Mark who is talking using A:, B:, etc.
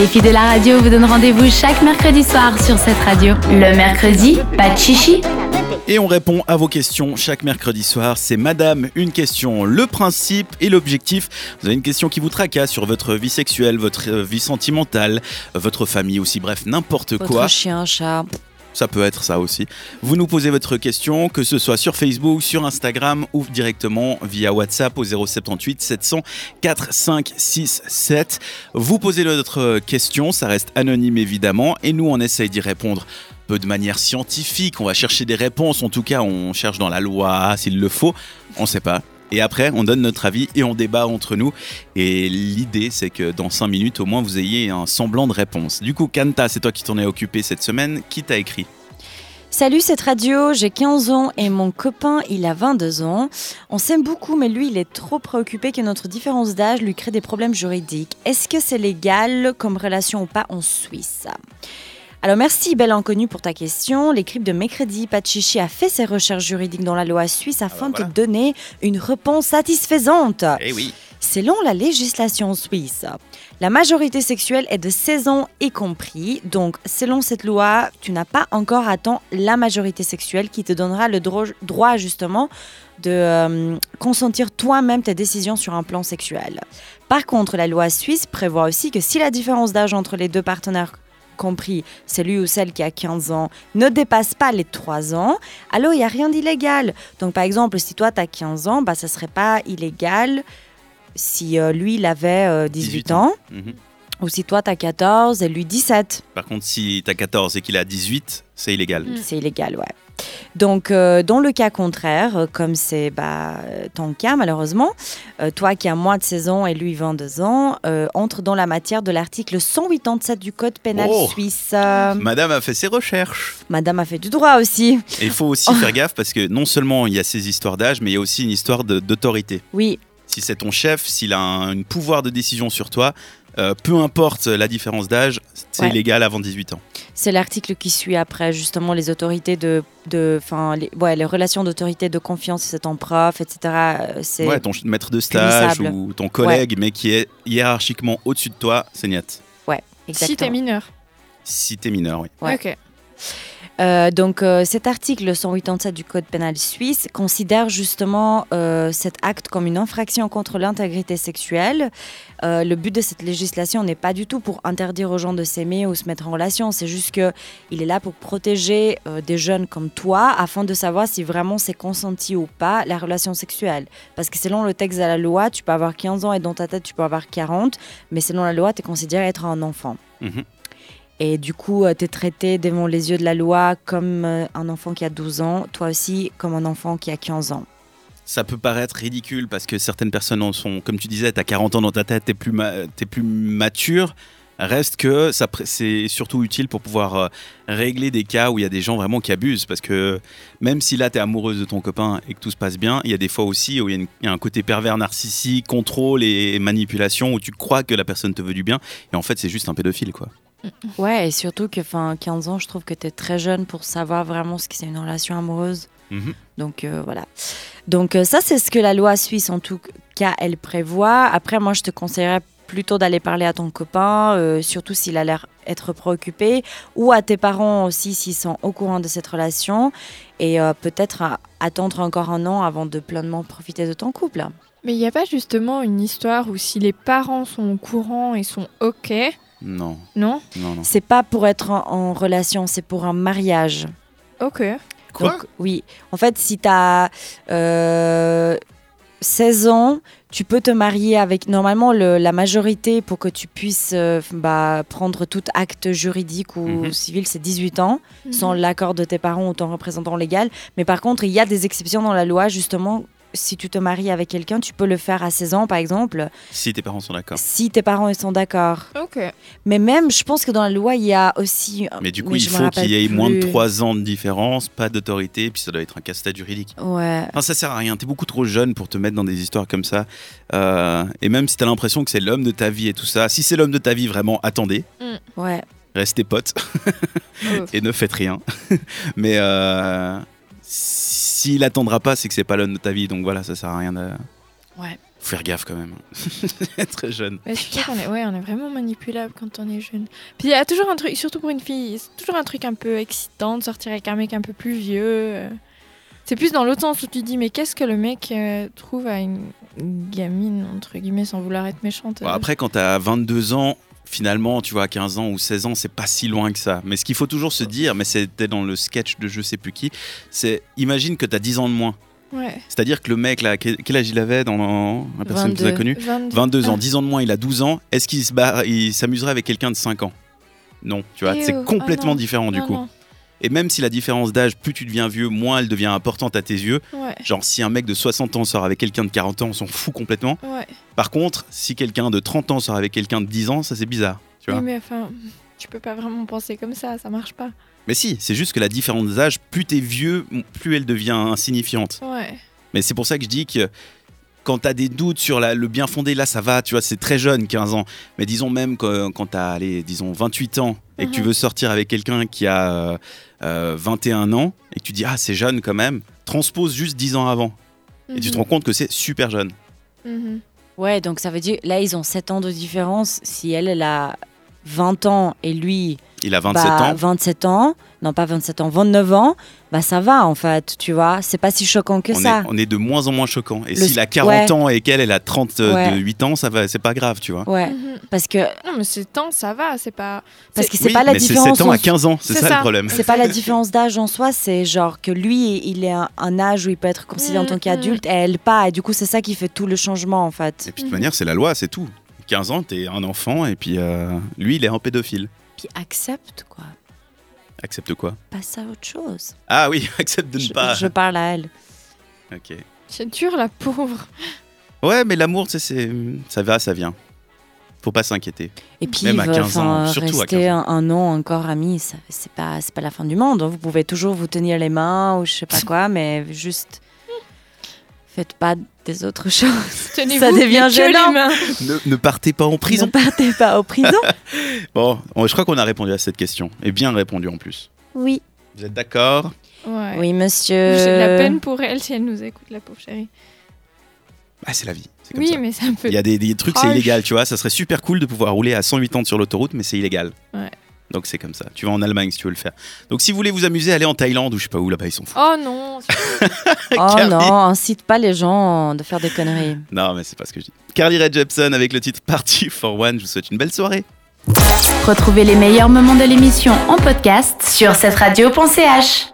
A: Les filles de la radio vous donnent rendez-vous chaque mercredi soir sur cette radio. Le mercredi, pas de chichi,
B: Et on répond à vos questions chaque mercredi soir. C'est Madame une question. Le principe et l'objectif. Vous avez une question qui vous tracasse sur votre vie sexuelle, votre euh, vie sentimentale, euh, votre famille aussi. Bref, n'importe
C: Votre
B: quoi.
C: chien, chat.
B: Ça peut être ça aussi. Vous nous posez votre question, que ce soit sur Facebook, sur Instagram ou directement via WhatsApp au 078 700 4567. Vous posez notre question, ça reste anonyme évidemment, et nous on essaye d'y répondre un peu de manière scientifique. On va chercher des réponses, en tout cas on cherche dans la loi s'il le faut, on sait pas. Et après, on donne notre avis et on débat entre nous. Et l'idée, c'est que dans 5 minutes, au moins, vous ayez un semblant de réponse. Du coup, Kanta, c'est toi qui t'en es occupé cette semaine. Qui t'a écrit
C: Salut cette radio, j'ai 15 ans et mon copain il a 22 ans. On s'aime beaucoup mais lui il est trop préoccupé que notre différence d'âge lui crée des problèmes juridiques. Est-ce que c'est légal comme relation ou pas en Suisse alors merci belle inconnue pour ta question. L'équipe de Mercredi Pachichi a fait ses recherches juridiques dans la loi suisse afin
B: voilà.
C: de te donner une réponse satisfaisante.
B: Eh oui.
C: Selon la législation suisse, la majorité sexuelle est de 16 ans y compris. Donc, selon cette loi, tu n'as pas encore à temps la majorité sexuelle qui te donnera le dro- droit justement de euh, consentir toi-même tes décisions sur un plan sexuel. Par contre, la loi suisse prévoit aussi que si la différence d'âge entre les deux partenaires compris celui ou celle qui a 15 ans ne dépasse pas les 3 ans, alors il n'y a rien d'illégal. Donc par exemple, si toi tu as 15 ans, bah, ça ne serait pas illégal si euh, lui il avait euh, 18,
B: 18
C: ans,
B: Mhm.
C: ou si toi tu as 14 et lui 17.
B: Par contre, si t'as 14 et qu'il a 18, c'est illégal.
A: Mm.
C: C'est illégal, ouais. Donc, euh, dans le cas contraire, euh, comme c'est bah, euh, ton cas malheureusement, euh, toi qui as moins de 16 ans et lui 22 ans, euh, entre dans la matière de l'article 187 du Code pénal
B: Oh.
C: suisse.
D: Ah.
C: Euh,
B: Madame a fait ses recherches.
C: Madame a fait du droit aussi.
B: Et il faut
C: Oh.
B: aussi faire gaffe parce que non seulement il y a ces histoires d'âge, mais il y a aussi une histoire de- d'autorité.
C: Oui,
B: Si c'est ton chef, s'il a un, un pouvoir de décision sur toi, euh, peu importe la différence d'âge, c'est
C: Ouais.
B: illégal avant 18 ans.
C: c'est l'article qui suit après justement les autorités de... de enfin, les, ouais, les relations d'autorité de confiance, c'est ton prof, etc. euh, C'est
B: Ouais, ton ch- maître de stage
C: punissable.
B: ou ton collègue, mais qui est hiérarchiquement au-dessus de toi, c'est niette.
D: Si t'es
C: exactement.
D: mineur.
B: Si t'es mineur, oui.
C: Ouais.
D: Ok.
C: Euh, donc euh, cet article 187 du Code pénal suisse considère justement euh, cet acte comme une infraction contre l'intégrité sexuelle. Euh, le but de cette législation n'est pas du tout pour interdire aux gens de s'aimer ou se mettre en relation, c'est juste que il est là pour protéger euh, des jeunes comme toi afin de savoir si vraiment c'est consenti ou pas la relation sexuelle. Parce que selon le texte de la loi, tu peux avoir 15 ans et dans ta tête tu peux avoir 40, mais selon la loi, tu es considéré être un enfant.
B: Mhm.
C: Et du coup, tu es traité devant les yeux de la loi comme euh, un enfant qui a 12 ans, toi aussi comme un enfant qui a 15 ans.
B: Ça peut paraître ridicule parce que certaines personnes en sont, comme tu disais, t'as 40 ans dans ta tête, t'es plus, ma- t'es plus mature. Reste que ça pr- c'est surtout utile pour pouvoir euh, régler des cas où il y a des gens vraiment qui abusent. Parce que même si là, t'es amoureuse de ton copain et que tout se passe bien, il y a des fois aussi où il y a une- il y, a un côté pervers narcissique, contrôle et manipulation où tu crois que la personne te veut du bien. Et en fait, c'est juste un pédophile, quoi.
C: Ouais, et surtout que 'fin, 15 ans, je trouve que tu es très jeune pour savoir vraiment ce que c'est une relation amoureuse.
B: Mhm.
C: Donc euh, voilà. Donc euh, ça, c'est ce que la loi suisse, en tout cas, elle prévoit. Après, moi, je te conseillerais plutôt d'aller parler à ton copain, euh, surtout s'il a l'air être préoccupé, ou à tes parents aussi s'ils sont au courant de cette relation, et euh, peut-être euh, attendre encore un an avant de pleinement profiter de ton couple.
D: Mais il n'y a pas justement une histoire où si les parents sont au courant et sont ok,
B: Non,
D: non
B: non, non.
C: C'est pas pour être en, en relation, c'est pour un mariage.
D: Ok.
B: Quoi
C: Donc, Oui. En fait, si tu as 16 ans, tu peux te marier avec normalement le- la majorité pour que tu puisses euh, bah, prendre tout acte juridique ou
B: Mhm.
C: civil, c'est 18 ans,
D: Mhm.
C: sans
D: Mmh.
C: l'accord de tes parents ou ton représentant légal. Mais par contre, il y a des exceptions dans la loi, justement. Si tu te maries avec quelqu'un, tu peux le faire à 16 ans, par exemple,
B: Si tes parents sont d'accord.
C: si tes parents ils sont d'accord.
D: Ok.
C: Mais même, je pense que dans la loi, il y a aussi.
B: Mais du coup,
C: Mais
B: il
C: je me
B: faut qu'il y ait
C: rappelle
B: moins de
C: plus.
B: 3 ans de différence, pas d'autorité, puis ça doit être un casse-tête juridique.
C: Ouais.
B: Enfin, ça sert à rien, t'es beaucoup trop jeune pour te mettre dans des histoires comme ça. Euh, et même si t'as l'impression que c'est l'homme de ta vie et tout ça, si c'est l'homme de ta vie, vraiment, attendez,
C: Ouais,
B: restez potes
D: Oh.
B: et ne faites rien. Mais euh, s'il attendra pas, c'est que c'est pas l'homme de ta vie, donc voilà, ça sert à rien de...
D: Ouais.
B: Faut faire gaffe quand même. Très jeune.
D: Ouais, surtout qu'on est, ouais, on est vraiment manipulable quand on est jeune. Puis il y a toujours un truc, surtout pour une fille, c'est toujours un truc un peu excitant de sortir avec un mec un peu plus vieux. C'est plus dans l'autre sens où tu dis, mais qu'est-ce que le mec euh, trouve à une gamine, entre guillemets, sans vouloir être méchante
B: Bon, après, quand t'as 22 ans, finalement, tu vois, à 15 ans ou 16 ans, c'est pas si loin que ça. Mais ce qu'il faut toujours se dire, mais c'était dans le sketch de je sais plus qui, c'est imagine que t'as 10 ans de moins.
D: Ouais.
B: C'est-à-dire que le mec, là, quel quel âge il avait dans la personne qui nous a
C: 22.
B: connus
D: 22.
B: 22 ans, 10 ans de moins, il a 12 ans. Est-ce qu'il se barre- il s'amuserait avec quelqu'un de 5 ans Non, tu vois,
D: Ew,
B: c'est
D: oh
B: complètement
D: non, Ah
B: différent du
D: Non,
B: coup. Et même si la différence d'âge, plus tu deviens vieux, moins elle devient importante à tes yeux.
D: non, Ouais.
B: Genre, si un mec de 60 ans sort avec quelqu'un de 40 ans, on s'en fout complètement.
D: Ouais.
B: Par contre, si quelqu'un de 30 ans sort avec quelqu'un de 10 ans, ça c'est bizarre. Tu vois
D: Oui, mais enfin, tu peux pas vraiment penser comme ça, ça marche pas.
B: Mais si, c'est juste que la différence d'âge, plus t'es vieux, plus elle devient insignifiante.
D: Ouais.
B: Mais c'est pour ça que je dis que quand t'as des doutes sur la- le bien fondé, là ça va, tu vois, c'est très jeune, 15 ans. Mais disons même que, quand t'as, allez, disons 28 ans et que tu
D: Mhm.
B: veux sortir avec quelqu'un qui a euh, euh, 21 ans et que tu dis, ah, c'est jeune quand même, transpose juste 10 ans avant. Et
C: Mhm.
B: tu te rends compte que c'est super jeune.
D: Mhm.
C: Ouais, donc ça veut dire, là, ils ont 7 ans de différence. Si elle, elle a 20 ans et lui,
B: Il a 27
C: bah,
B: ans.
C: 27 ans, non pas 27 ans, 29 ans, bah ça va en fait, tu vois. C'est pas si choquant que
B: On
C: ça.
B: est, on est de moins en moins choquant. Et
C: Le-
B: s'il a 40
C: ouais.
B: ans et qu'elle, elle a 38
C: Ouais.
B: ans, ça va, c'est pas grave, tu vois.
C: Ouais,
D: Mhm.
C: parce que
D: Non, mais c'est temps, ça va, c'est pas.
C: parce
D: C'est-
C: que c'est
B: Oui,
C: pas la
B: mais
C: différence.
B: C'est 7 ans à
C: en-
B: 15 ans, c'est
D: C'est
B: ça,
D: ça.
B: le problème.
C: C'est pas la différence d'âge en soi, c'est genre que lui, il est un, un âge où il peut être considéré en tant
D: Mhm.
C: qu'adulte et elle pas. Et du coup, c'est ça qui fait tout le changement en fait.
B: Et puis de toute manière, c'est la loi, c'est tout. 15 ans, t'es un enfant, et puis euh, lui, il est un pédophile.
C: Puis accepte quoi,
B: Accepte quoi
C: passe à autre chose.
B: Ah oui, accepte de ne
C: Je,
B: pas.
C: je parle à elle.
B: Ok.
D: C'est dur, la pauvre.
B: Ouais, mais l'amour, tu sais, c'est ça va, ça vient. Faut pas s'inquiéter.
C: Et puis,
B: Même à
C: euh,
B: 15 ans,
C: enfin,
B: surtout à
C: rester
B: 15
C: un, un an encore ami, ça- c'est pas c'est pas la fin du monde. hein. Vous pouvez toujours vous tenir les mains ou je sais pas quoi, mais juste faites pas des autres choses.
D: Tenez-vous,
C: Ça devient
D: mais que les
C: gênant.
D: mains.
B: Ne, ne partez pas en prison.
C: Ne partez pas aux prisons.
B: Bon, on- je crois qu'on a répondu à cette question. Et bien répondu en plus.
C: Oui.
B: Vous êtes d'accord
D: Ouais.
C: Oui, euh, monsieur.
D: J'ai de la peine pour elle si elle nous écoute, la pauvre chérie.
B: Ah, c'est la vie. C'est comme
D: Oui,
B: ça.
D: mais c'est un peu.
B: Il y a des, des trucs, c'est
D: Proche.
B: illégal, tu vois. Ça serait super cool de pouvoir rouler à 180 sur l'autoroute, mais c'est illégal.
D: Ouais.
B: Donc c'est comme ça. Tu vas en Allemagne si tu veux le faire. Donc si vous voulez vous amuser, allez en Thaïlande ou je sais pas où, là-bas ils sont fous.
D: Oh non, c'est-
C: Oh
B: Carly.
C: non, incite pas les gens de faire des conneries.
B: Non, mais c'est pas ce que je dis. Carly Rae Jepsen avec le titre Party for One. Je vous souhaite une belle soirée.
A: Retrouvez les meilleurs moments de l'émission en podcast sur cette radio.ch.